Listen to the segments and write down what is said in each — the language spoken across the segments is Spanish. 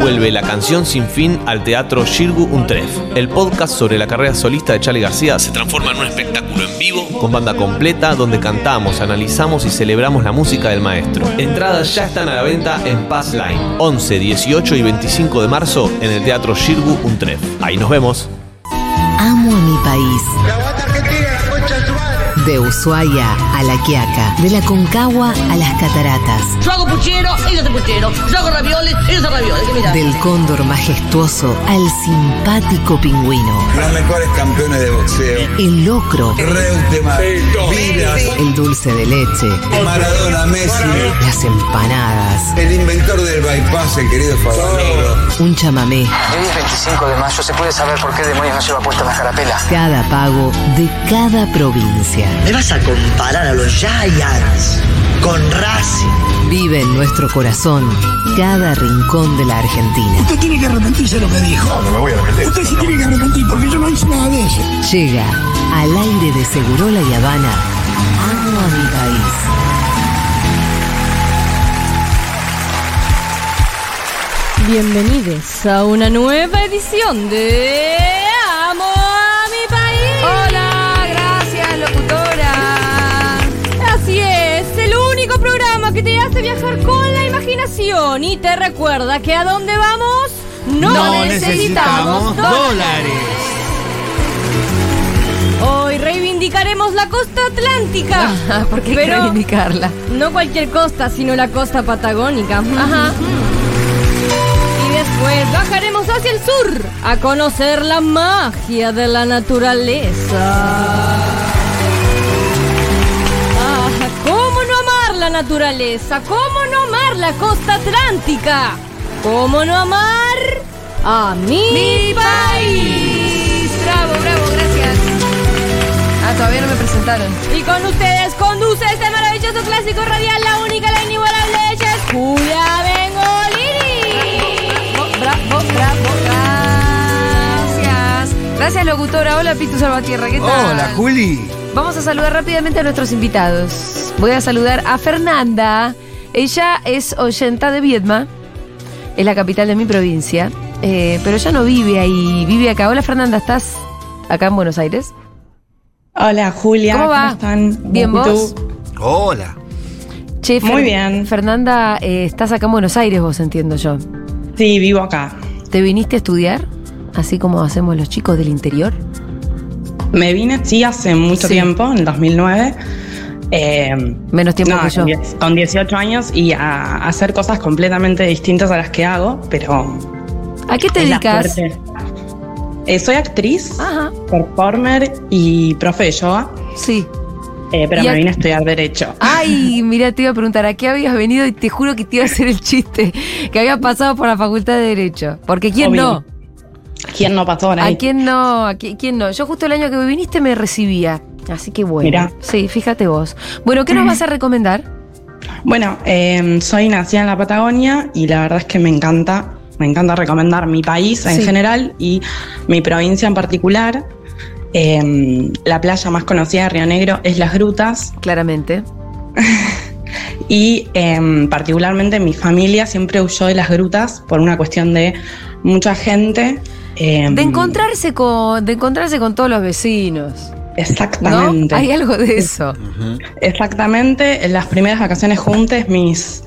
vuelve la canción sin fin al teatro Shirgu Untref. El podcast sobre la carrera solista de Charlie García se transforma en un espectáculo en vivo con banda completa donde cantamos, analizamos y celebramos la música del maestro. Entradas ya están a la venta en Pass Line 11, 18 y 25 de marzo en el teatro Shirgu Untref. Ahí nos vemos. Amo a mi país. De Ushuaia a La Quiaca, de la Concagua a las Cataratas, Yo hago puchero, ellos hacen puchero. Yo hago ravioles, ellos hacen ravioles. ¿Qué mirás? del cóndor majestuoso al simpático pingüino, Los mejores campeones de boxeo. el locro, Reutemann, Vilas, el dulce de leche, Maradona, Messi, las empanadas, el inventor del bypass, el querido Fabanero. un chamamé, Hoy es 25 de mayo, se puede saber por qué demonios no lleva puesta la carapela. cada pago de cada provincia. ¿Me vas a comparar a los Giants con Racing? Vive en nuestro corazón cada rincón de la Argentina. Usted tiene que arrepentirse de lo que dijo. No, no me voy a arrepentir. Usted sí tiene que arrepentir porque yo no hice nada de eso. Llega al aire de Segurola y Habana. Amo a mi país. Bienvenidos a una nueva edición de Amo a mi país. Hola, gracias locutora. Así es, el único programa que te hace viajar con la imaginación y te recuerda que a dónde vamos no, necesitamos, dólares. Hoy reivindicaremos la costa atlántica. porque Pero- Ah, reivindicarla? No cualquier costa, sino la costa patagónica. Ajá. Y después bajaremos hacia el sur a conocer la magia de la naturaleza. Ah, ¿Cómo no amar la naturaleza? ¿Cómo no amar la costa atlántica? ¿Cómo no amar a mi, país? Bravo, bravo, gracias. Ah, todavía no me presentaron. Y con ustedes conduce este maravilloso clásico radial, la única, la inigualable, ella es Julia Bengolini. Bravo, bravo, bravo, gracias. Gracias, locutora. Hola, Pitu Salvatierra. ¿Qué tal? Hola, Juli. Vamos a saludar rápidamente a nuestros invitados. Voy a saludar a Fernanda. Ella es oyenta de Viedma. Es la capital de mi provincia. Eh, pero ella no vive ahí. Vive acá. Hola, Fernanda. ¿Estás acá en Buenos Aires? Hola Julia, ¿Cómo ¿cómo, va? están? ¿Bien ¿Y tú? vos? Hola. Che, Muy bien. Fernanda, eh, estás acá en Buenos Aires, vos entiendo yo. Sí, vivo acá. ¿Te viniste a estudiar? Así como hacemos los chicos del interior. Me vine, sí, hace mucho Sí. tiempo, en 2009. Eh, Menos tiempo nada, que yo. Con, 10 con 18 años y a hacer cosas completamente distintas a las que hago, pero... ¿A qué te es la dedicas? suerte. Eh, soy actriz, Ajá, performer y profe de yoga, sí. eh, pero Y ac- me vine a estudiar Derecho. Ay, mira, te iba a preguntar, ¿a qué habías venido? Y te juro que te iba a hacer el chiste, que habías pasado por la Facultad de Derecho. Porque ¿quién Obvio. no? ¿Quién no pasó por ahí? ¿A quién no? ¿A qui- quién no? Yo justo el año que viniste me recibía. Así que bueno. Mirá. Sí, fíjate vos. Bueno, ¿qué nos vas a recomendar? Bueno, eh, soy nacida en la Patagonia y la verdad es que me encanta, me encanta recomendar mi país en Sí. general y mi provincia en particular. Eh, la playa más conocida de Río Negro es Las Grutas Claramente. y eh, particularmente mi familia siempre huyó de las grutas por una cuestión de mucha gente. eh, De encontrarse con, de encontrarse con todos los vecinos. ¿No? Exactamente. Hay algo de eso. Exactamente, en las primeras vacaciones juntas mis,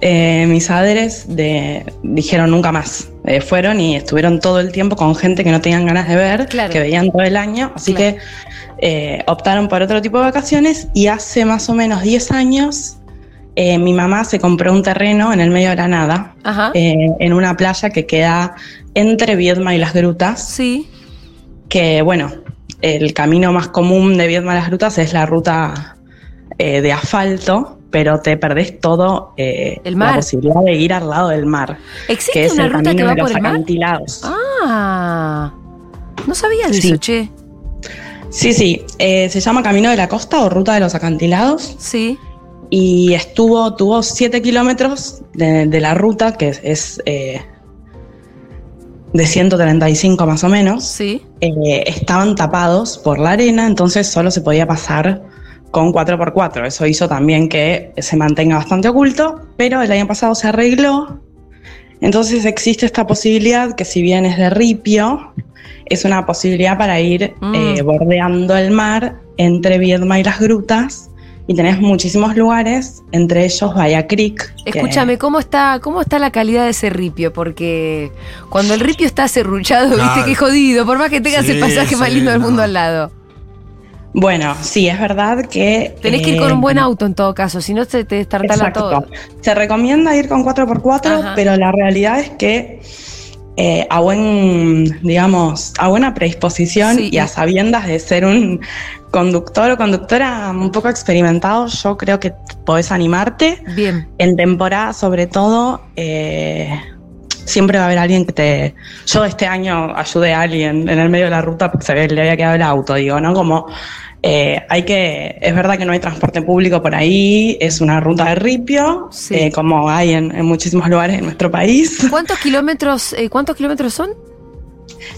eh, mis adres de, dijeron nunca más. Eh, fueron y estuvieron todo el tiempo con gente que no tenían ganas de ver, Claro. que veían todo el año, así Claro. que eh, optaron por otro tipo de vacaciones y hace más o menos 10 años eh, mi mamá se compró un terreno en el medio de la nada, Ajá. eh, en una playa que queda entre Viedma y las grutas Sí. que bueno, el camino más común de Viedma a las Grutas es la ruta eh, de asfalto, pero te perdés todo eh, El mar. la posibilidad de ir al lado del mar, que ¿Existe es una el ruta que camino va de por los el mar? acantilados. Ah. No sabía de Sí. eso, che. Sí, sí, eh, se llama Camino de la Costa o Ruta de los Acantilados Sí. y estuvo, tuvo 7 kilómetros de, de la ruta, que es, es, eh, de 135 más o menos. Sí. eh, estaban tapados por la arena, entonces solo se podía pasar con 4x4. Eso hizo también que se mantenga bastante oculto, pero el año pasado se arregló Entonces existe esta posibilidad que si bien es de ripio, es una posibilidad para ir Mm. eh, bordeando el mar entre Viedma y las grutas y tenés muchísimos lugares, entre ellos Bahía Creek. que- Escúchame, ¿cómo está, ¿cómo está la calidad de ese ripio? Porque cuando el ripio está serruchado, viste Claro. que es jodido, por más que tengas el Sí, pasaje más sí, lindo del no. mundo al lado. Bueno, sí, es verdad que... Tenés que ir con eh, un buen auto en todo caso, si no se te destartala Exacto. todo. Se recomienda ir con 4x4, Ajá. pero la realidad es que eh, a buen, digamos, a buena predisposición Sí. y a sabiendas de ser un conductor o conductora un poco experimentado, yo creo que podés animarte. Bien. En temporada, sobre todo, eh, siempre va a haber alguien que te. Yo este año ayudé a alguien en el medio de la ruta porque se ve que le había quedado el auto, digo, ¿no? Como eh, hay que. Es verdad que no hay transporte público por ahí, es una ruta de ripio, eh, como hay en, en muchísimos lugares en nuestro país. ¿Cuántos kilómetros, eh, cuántos kilómetros son?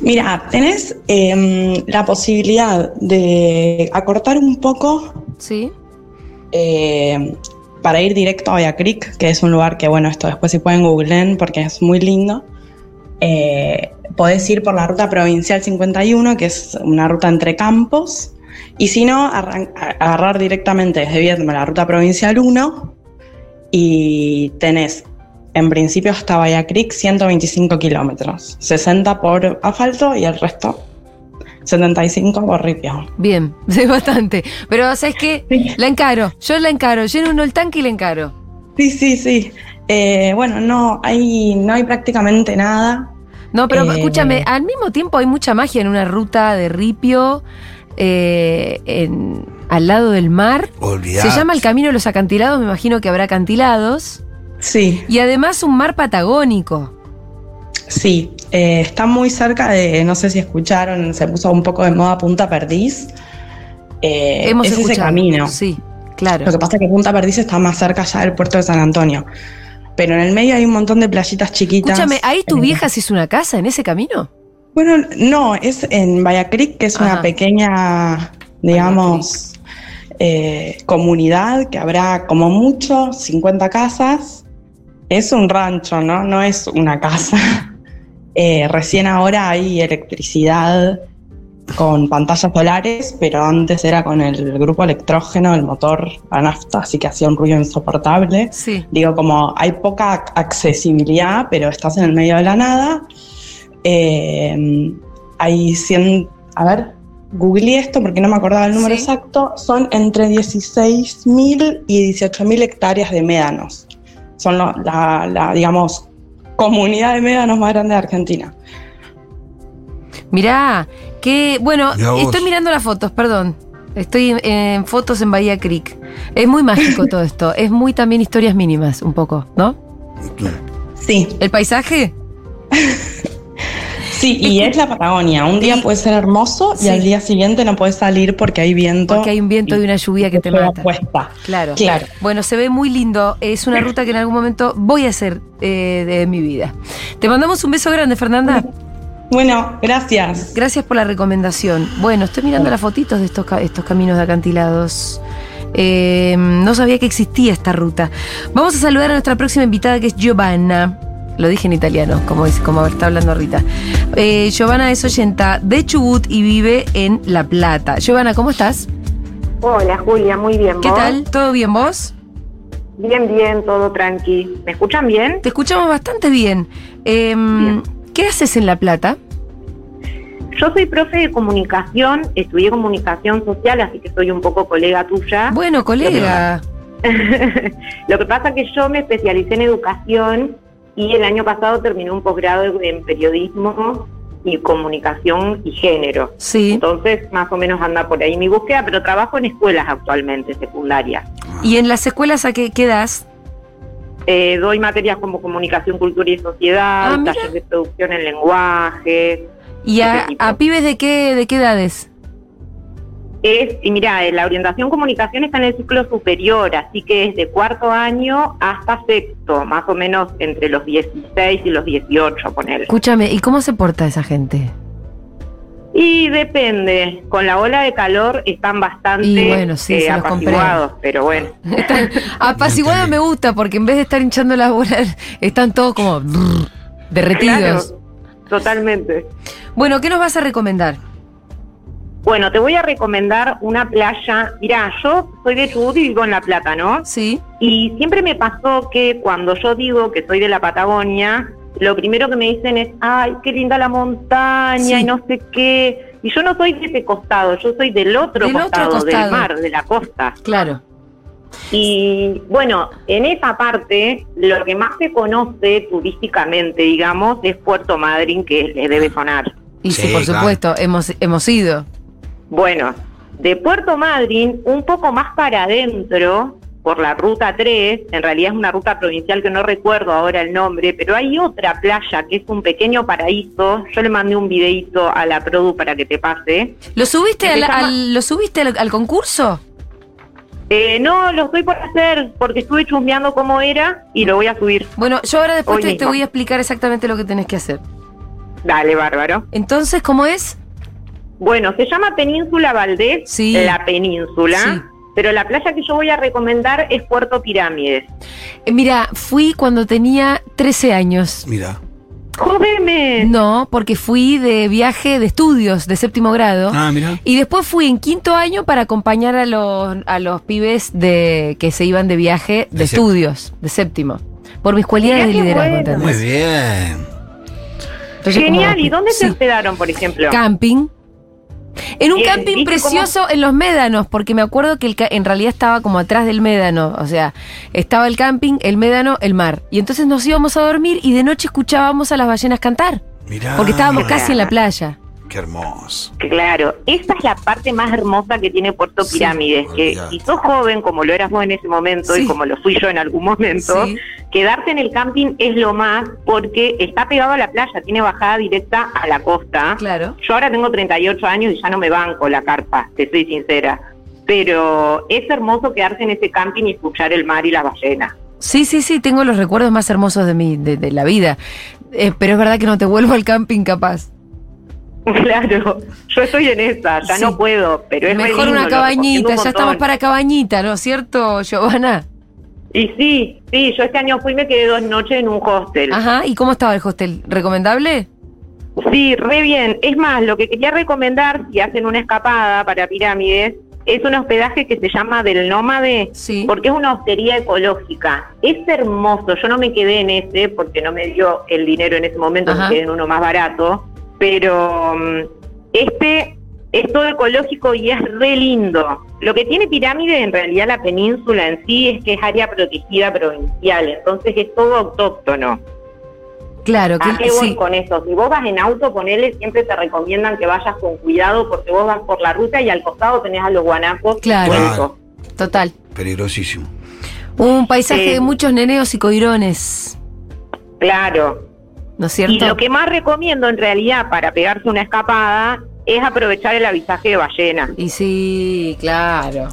Mira, tenés em, la posibilidad de acortar un poco. Sí. Eh, para ir directo a Via Creek, que es un lugar que, bueno, esto después si pueden googleen porque es muy lindo. Eh, podés ir por la ruta provincial 51, que es una ruta entre campos. Y si no, arran- a- agarrar directamente desde Vietnam la ruta provincial 1 y tenés en principio hasta Bahía Creek 125 kilómetros, 60 por asfalto y el resto 75 por ripio. Bien, es bastante. Pero ¿sabes qué? La encaro, yo la encaro, lleno uno el tanque y la encaro. Sí, sí, sí. Eh, bueno, no hay, no hay prácticamente nada. No, pero Eh, escúchame, al mismo tiempo hay mucha magia en una ruta de ripio eh, en- al lado del mar. Olvidate. Se llama el Camino de los Acantilados, me imagino que habrá acantilados. Sí. Y además un mar patagónico. Sí, eh, está muy cerca de, no sé si escucharon, se puso un poco de moda Punta Perdiz. Eh, Hemos es ese escuchado, camino. Sí, claro. Lo que pasa es que Punta Perdiz está más cerca ya del puerto de San Antonio. Pero en el medio hay un montón de playitas chiquitas. Escúchame, ¿ahí tu Eh, vieja se hizo una casa en ese camino? Bueno, no, es en Bahía Creek, que es Ajá. una pequeña, digamos, eh, comunidad que habrá como mucho 50 casas. Es un rancho, ¿no? No es una casa. Eh, recién ahora hay electricidad con pantallas solares, pero antes era con el grupo electrógeno, el motor a nafta, así que hacía un ruido insoportable. Sí. Digo, como hay poca ac- accesibilidad, pero estás en el medio de la nada. Eh, hay 100, a ver, googleé esto porque no me acordaba el número exacto, son entre 16.000 y 18.000 hectáreas de médanos. Son lo- la, la, digamos, comunidad de médanos más grande de Argentina. Mirá, que bueno, Mirá vos. estoy mirando las fotos, perdón. Estoy en, en fotos en Bahía Creek. Es muy mágico todo esto. Es muy también historias mínimas, un poco, ¿no? Sí. ¿El paisaje? Sí, y es la Patagonia. Un día puede ser hermoso y al día siguiente no puedes salir porque hay viento. Porque hay un viento y una lluvia que te mata. Puesta. Claro. Claro. Bueno, se ve muy lindo. Es una ruta que en algún momento voy a hacer eh, de mi vida. Te mandamos un beso grande, Fernanda. Bueno, gracias. Gracias por la recomendación. Bueno, estoy mirando las fotitos de estos, ca- estos caminos de acantilados. Eh, no sabía que existía esta ruta. Vamos a saludar a nuestra próxima invitada que es Giovanna. Lo dije en italiano, como, dice- como está hablando Rita. Eh, Giovanna es oyenta de Chubut y vive en La Plata. Giovanna, ¿cómo estás? Hola Julia, muy bien. ¿Qué ¿vos? tal? ¿Todo bien vos? Bien, bien, todo tranqui. ¿Me escuchan bien? Te escuchamos bastante bien. Eh, ¿Qué haces en La Plata? Yo soy profe de comunicación, estudié comunicación social, así que soy un poco colega tuya. Bueno, colega. Lo que pasa es que yo me especialicé en educación y el año pasado terminé un posgrado en periodismo y comunicación y género. Sí. Entonces, más o menos anda por ahí mi búsqueda, pero trabajo en escuelas actualmente, secundarias. ¿Y en las escuelas a qué, qué das? Eh, doy materias como comunicación, cultura y sociedad, Ah, mira. talleres de producción en lenguaje. ¿Y a, a pibes de qué, de qué edades? Es, y mira, eh, la orientación comunicación está en el ciclo superior, así que es de cuarto año hasta sexto, más o menos entre los 16 y los 18, ponele. Escúchame, ¿y cómo se porta esa gente? Y depende, con la ola de calor están bastante Y bueno, sí, eh, se los compré. apaciguados, pero bueno. Apaciguada me gusta porque en vez de estar hinchando las bolas, están todos como brr, derretidos. Claro, totalmente. Bueno, ¿qué nos vas a recomendar? Bueno, te voy a recomendar una playa. Mirá, yo soy de Chubut y vivo en La Plata, ¿no? Sí. Y siempre me pasó que cuando yo digo que soy de la Patagonia, lo primero que me dicen es, ay, qué linda la montaña Sí. y no sé qué. Y yo no soy de ese costado, yo soy del otro, Del otro costado, costado. del mar, de la costa. Claro. Y bueno, en esa parte, lo que más se conoce turísticamente, digamos, es Puerto Madryn, que le debe sonar. Y sí, Sí, por claro. supuesto, hemos, hemos ido. Bueno, de Puerto Madryn, un poco más para adentro, por la ruta 3, en realidad es una ruta provincial que no recuerdo ahora el nombre, pero hay otra playa que es un pequeño paraíso. Yo le mandé un videito a la Produ para que te pase. ¿Lo subiste, Se al, llama- al- ¿lo subiste al, al concurso? Eh, no, lo estoy por hacer porque estuve chumbeando cómo era y lo voy a subir. Bueno, yo ahora después Hoy te, te mismo. voy a explicar exactamente lo que tenés que hacer. Dale, bárbaro. Entonces, ¿cómo es? Bueno, se llama Península Valdés, Sí. la península, Sí. pero la playa que yo voy a recomendar es Puerto Pirámides. Eh, Mira, fui cuando tenía 13 años. Mira. ¡Jódeme! No, porque fui de viaje de estudios de séptimo grado. Ah, mira. Y después fui en quinto año para acompañar a los, a los pibes de, que se iban de viaje de, De séptimo. estudios, de séptimo. Por mis cualidades Mirá de qué liderazgo, bueno. ¿entendés? Muy bien. Entonces, Genial, como- ¿y dónde sí. se hospedaron, por ejemplo? Camping. En un Bien, camping Eh, ¿viste precioso en los médanos, porque me acuerdo que el ca- en realidad estaba como atrás del médano, o sea, estaba el camping, el médano, el mar. Y entonces nos íbamos a dormir y de noche escuchábamos a las ballenas cantar, Mirá. porque estábamos casi en la playa. Qué hermoso. Claro, esa es la parte más hermosa que tiene Puerto Sí. Pirámides, que Olvidate. si sos joven, como lo eras vos en ese momento Sí. y como lo fui yo en algún momento, Sí. quedarte en el camping es lo más porque está pegado a la playa, tiene bajada directa a la costa. Claro. Yo ahora tengo 38 años y ya no me banco la carpa, te soy sincera. Pero es hermoso quedarse en ese camping y escuchar el mar y las ballenas. Sí, sí, sí, tengo los recuerdos más hermosos de mi, de, de la vida. Eh, pero es verdad que no te vuelvo al camping capaz. Claro, yo estoy en esa, ya Sí. no puedo, pero es re Mejor lindo, una lo recomiendo cabañita, un ya estamos montón. para cabañita, ¿no es cierto, Giovanna? Y sí, sí, yo este año fui y me quedé dos noches en un hostel. Ajá, ¿y cómo estaba el hostel? ¿Recomendable? Sí, re bien. Es más, lo que quería recomendar, si hacen una escapada para pirámides, es un hospedaje que se llama del nómade, Sí. porque es una hostería ecológica. Es hermoso, yo no me quedé en ese porque no me dio el dinero en ese momento, Ajá. me quedé en uno más barato, pero mm, este es todo ecológico y es re lindo. Lo que tiene pirámide en realidad la península en sí es que es área protegida provincial, entonces es todo autóctono. Claro, que ¿A Ah, qué voy sí. con eso? Si vos vas en auto, ponele, siempre te recomiendan que vayas con cuidado porque vos vas por la ruta y al costado tenés a los guanacos. Claro. sueltos. Total. Peligrosísimo. Un paisaje Sí. de muchos neneos y coirones, Claro. ¿no es cierto? Y lo que más recomiendo en realidad para pegarse una escapada es aprovechar el avisaje de ballena. Y sí, claro.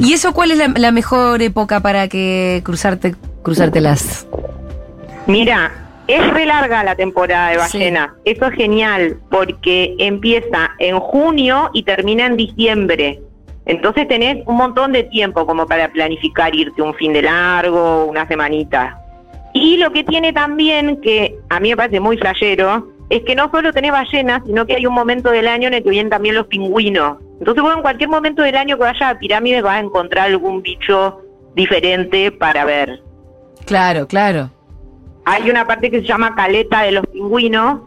¿Y eso cuál es la, la mejor época para que cruzarte, Uh. cruzártelas? Mira, es re larga la temporada de Sí. ballena. Eso es genial porque empieza en junio y termina en diciembre. Entonces tenés un montón de tiempo como para planificar irte un fin de largo, una semanita. Y lo que tiene también, que a mí me parece muy flayero, es que no solo tenés ballenas, sino que hay un momento del año en el que vienen también los pingüinos. Entonces vos en cualquier momento del año que vayas a pirámides vas a encontrar algún bicho diferente para ver. Claro, claro. Hay una parte que se llama Caleta de los Pingüinos.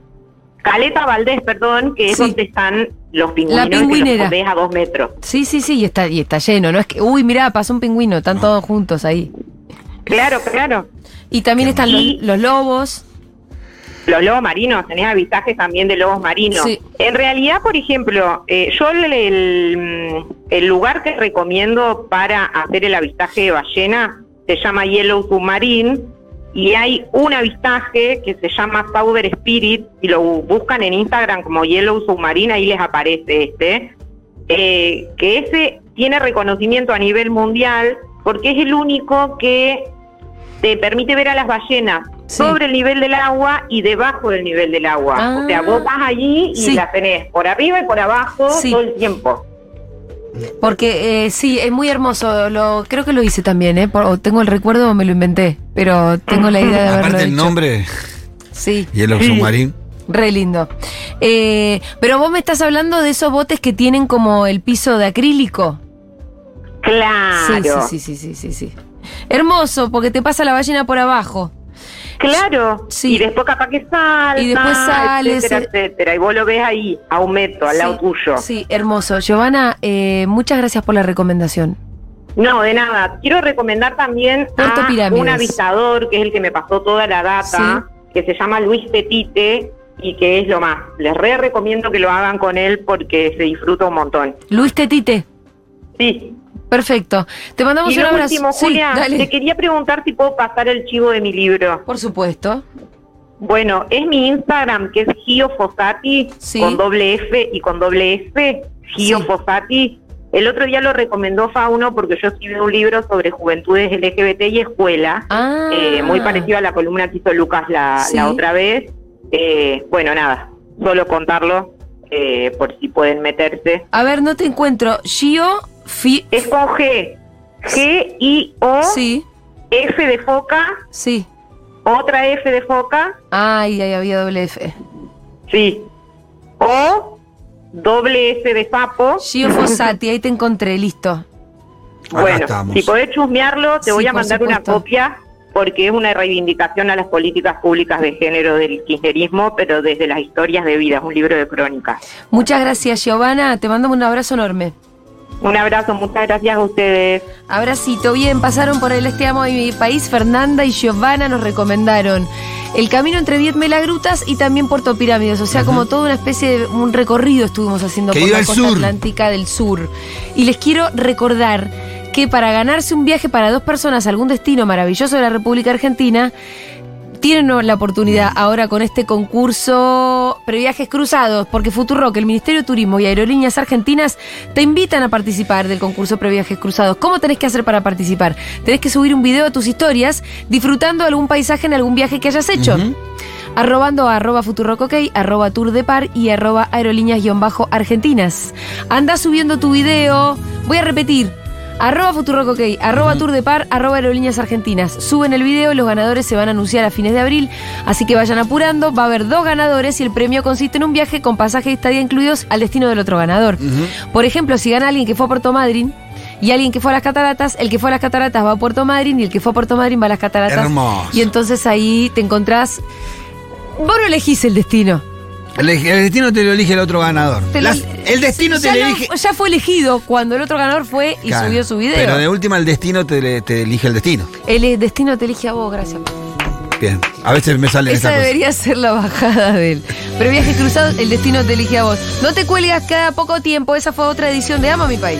Caleta Valdés, perdón, que es Sí. donde están los pingüinos. La pingüinera. Que los ves a dos metros. Sí, sí, sí, y está, y está lleno. No es que, uy, mirá, pasó un pingüino, están todos juntos ahí. Claro, claro. Y también están los, Y- los lobos. Los lobos marinos, tenés avistajes también de lobos marinos. Sí. En realidad, por ejemplo, eh, yo el, el- el lugar que recomiendo para hacer el avistaje de ballena se llama Yellow Submarine y hay un avistaje que se llama Sauber Spirit y lo buscan en Instagram como Yellow Submarine, ahí les aparece este, eh, que ese tiene reconocimiento a nivel mundial porque es el único que te permite ver a las ballenas sobre el nivel del agua y debajo del nivel del agua. O sea, vos vas allí y Ah. Sí. las tenés por arriba y por abajo todo el tiempo. Porque eh, sí, es muy hermoso. Lo, creo que lo hice también, ¿eh? Por- o tengo el recuerdo o me lo inventé, pero tengo la idea de haberlo Aparte el hecho. nombre, Sí. Yellow Submarine. Re lindo. Eh, pero vos me estás hablando de esos botes que tienen como el piso de acrílico. Claro. Sí, sí, sí, sí, sí, sí. Hermoso, porque te pasa la ballena por abajo. Claro. Y después capaz que salta. Y después sale, Etcétera, se- etcétera. Y vos lo ves ahí, a un metro, al lado Sí, tuyo. Sí, hermoso. Giovanna, eh, muchas gracias por la recomendación. No, de nada. Quiero recomendar también Puerto a Pirámides. un avistador, que es el que me pasó toda la data, que se llama Luis Petite y que es lo más. Les re recomiendo que lo hagan con él porque se disfruta un montón. Luis Tetite. Sí. Perfecto. Te mandamos y un lo abrazo. último, Sí, Julia, dale. te quería preguntar si puedo pasar el chivo de mi libro. Por supuesto. Bueno, es mi Instagram, que es Gio Fossati, con doble F y con doble S, Gio Fossati. El otro día lo recomendó Fauno porque yo escribí un libro sobre juventudes LGBT y escuela, Ah. eh, muy parecido a la columna que hizo Lucas la, Sí. la otra vez. Eh, bueno, nada, solo contarlo eh, por si pueden meterse. A ver, no te encuentro. Gio Fi. Es con G. G-I-O. F de foca. Sí. Otra F de foca. Ay, ahí había doble F. Sí. O doble S de sapo. Gio Fossati, ahí te encontré, listo. Bueno, estamos. si podés chusmearlo, te Sí, voy a por mandar supuesto. una copia porque es una reivindicación a las políticas públicas de género del kirchnerismo, pero desde las historias de vida, es un libro de crónica. Muchas gracias, Giovanna. Te mando un abrazo enorme. Un abrazo, muchas gracias a ustedes. Abracito, bien, pasaron por el Este Amo de mi país. Fernanda y Giovanna nos recomendaron el camino entre Vietma y las grutas y también Puerto Pirámides. O sea, como toda una especie de un recorrido estuvimos haciendo Que por viva la el costa sur. atlántica del sur. Y les quiero recordar que para ganarse un viaje para dos personas a algún destino maravilloso de la República Argentina, tienen la oportunidad ahora con este concurso Previajes Cruzados, porque Futurock, el Ministerio de Turismo y Aerolíneas Argentinas te invitan a participar del concurso Previajes Cruzados. ¿Cómo tenés que hacer para participar? Tenés que subir un video a tus historias disfrutando algún paisaje en algún viaje que hayas hecho. Arrobando a arroba Futurock OK, arroba Tour de Par y arroba aerolíneas-argentinas. Anda subiendo tu video. Voy a repetir. Arroba Futurock OK, arroba Tour de Par, arroba Aerolíneas Argentinas. Suben el video, los ganadores se van a anunciar a fines de abril, así que vayan apurando. Va a haber dos ganadores y el premio consiste en un viaje con pasaje y estadía incluidos al destino del otro ganador. Por ejemplo, si gana alguien que fue a Puerto Madryn y alguien que fue a las cataratas, el que fue a las cataratas va a Puerto Madryn y el que fue a Puerto Madryn va a las cataratas. Hermoso. Y entonces ahí te encontrás. Vos no elegís el destino. El, el destino te lo elige el otro ganador. Te lo- Las- el destino te ya lo no- elige. ya fue elegido cuando el otro ganador fue y Claro, subió su video. Pero de última el destino te, le- te elige el destino. El eh, destino te elige a vos, gracias. Bien. A veces me salen Esa esas cosas. debería ser la bajada de él. Pero viaje cruzado, el destino te elige a vos. No te cuelgas cada poco tiempo. Esa fue otra edición de Amo a mi país.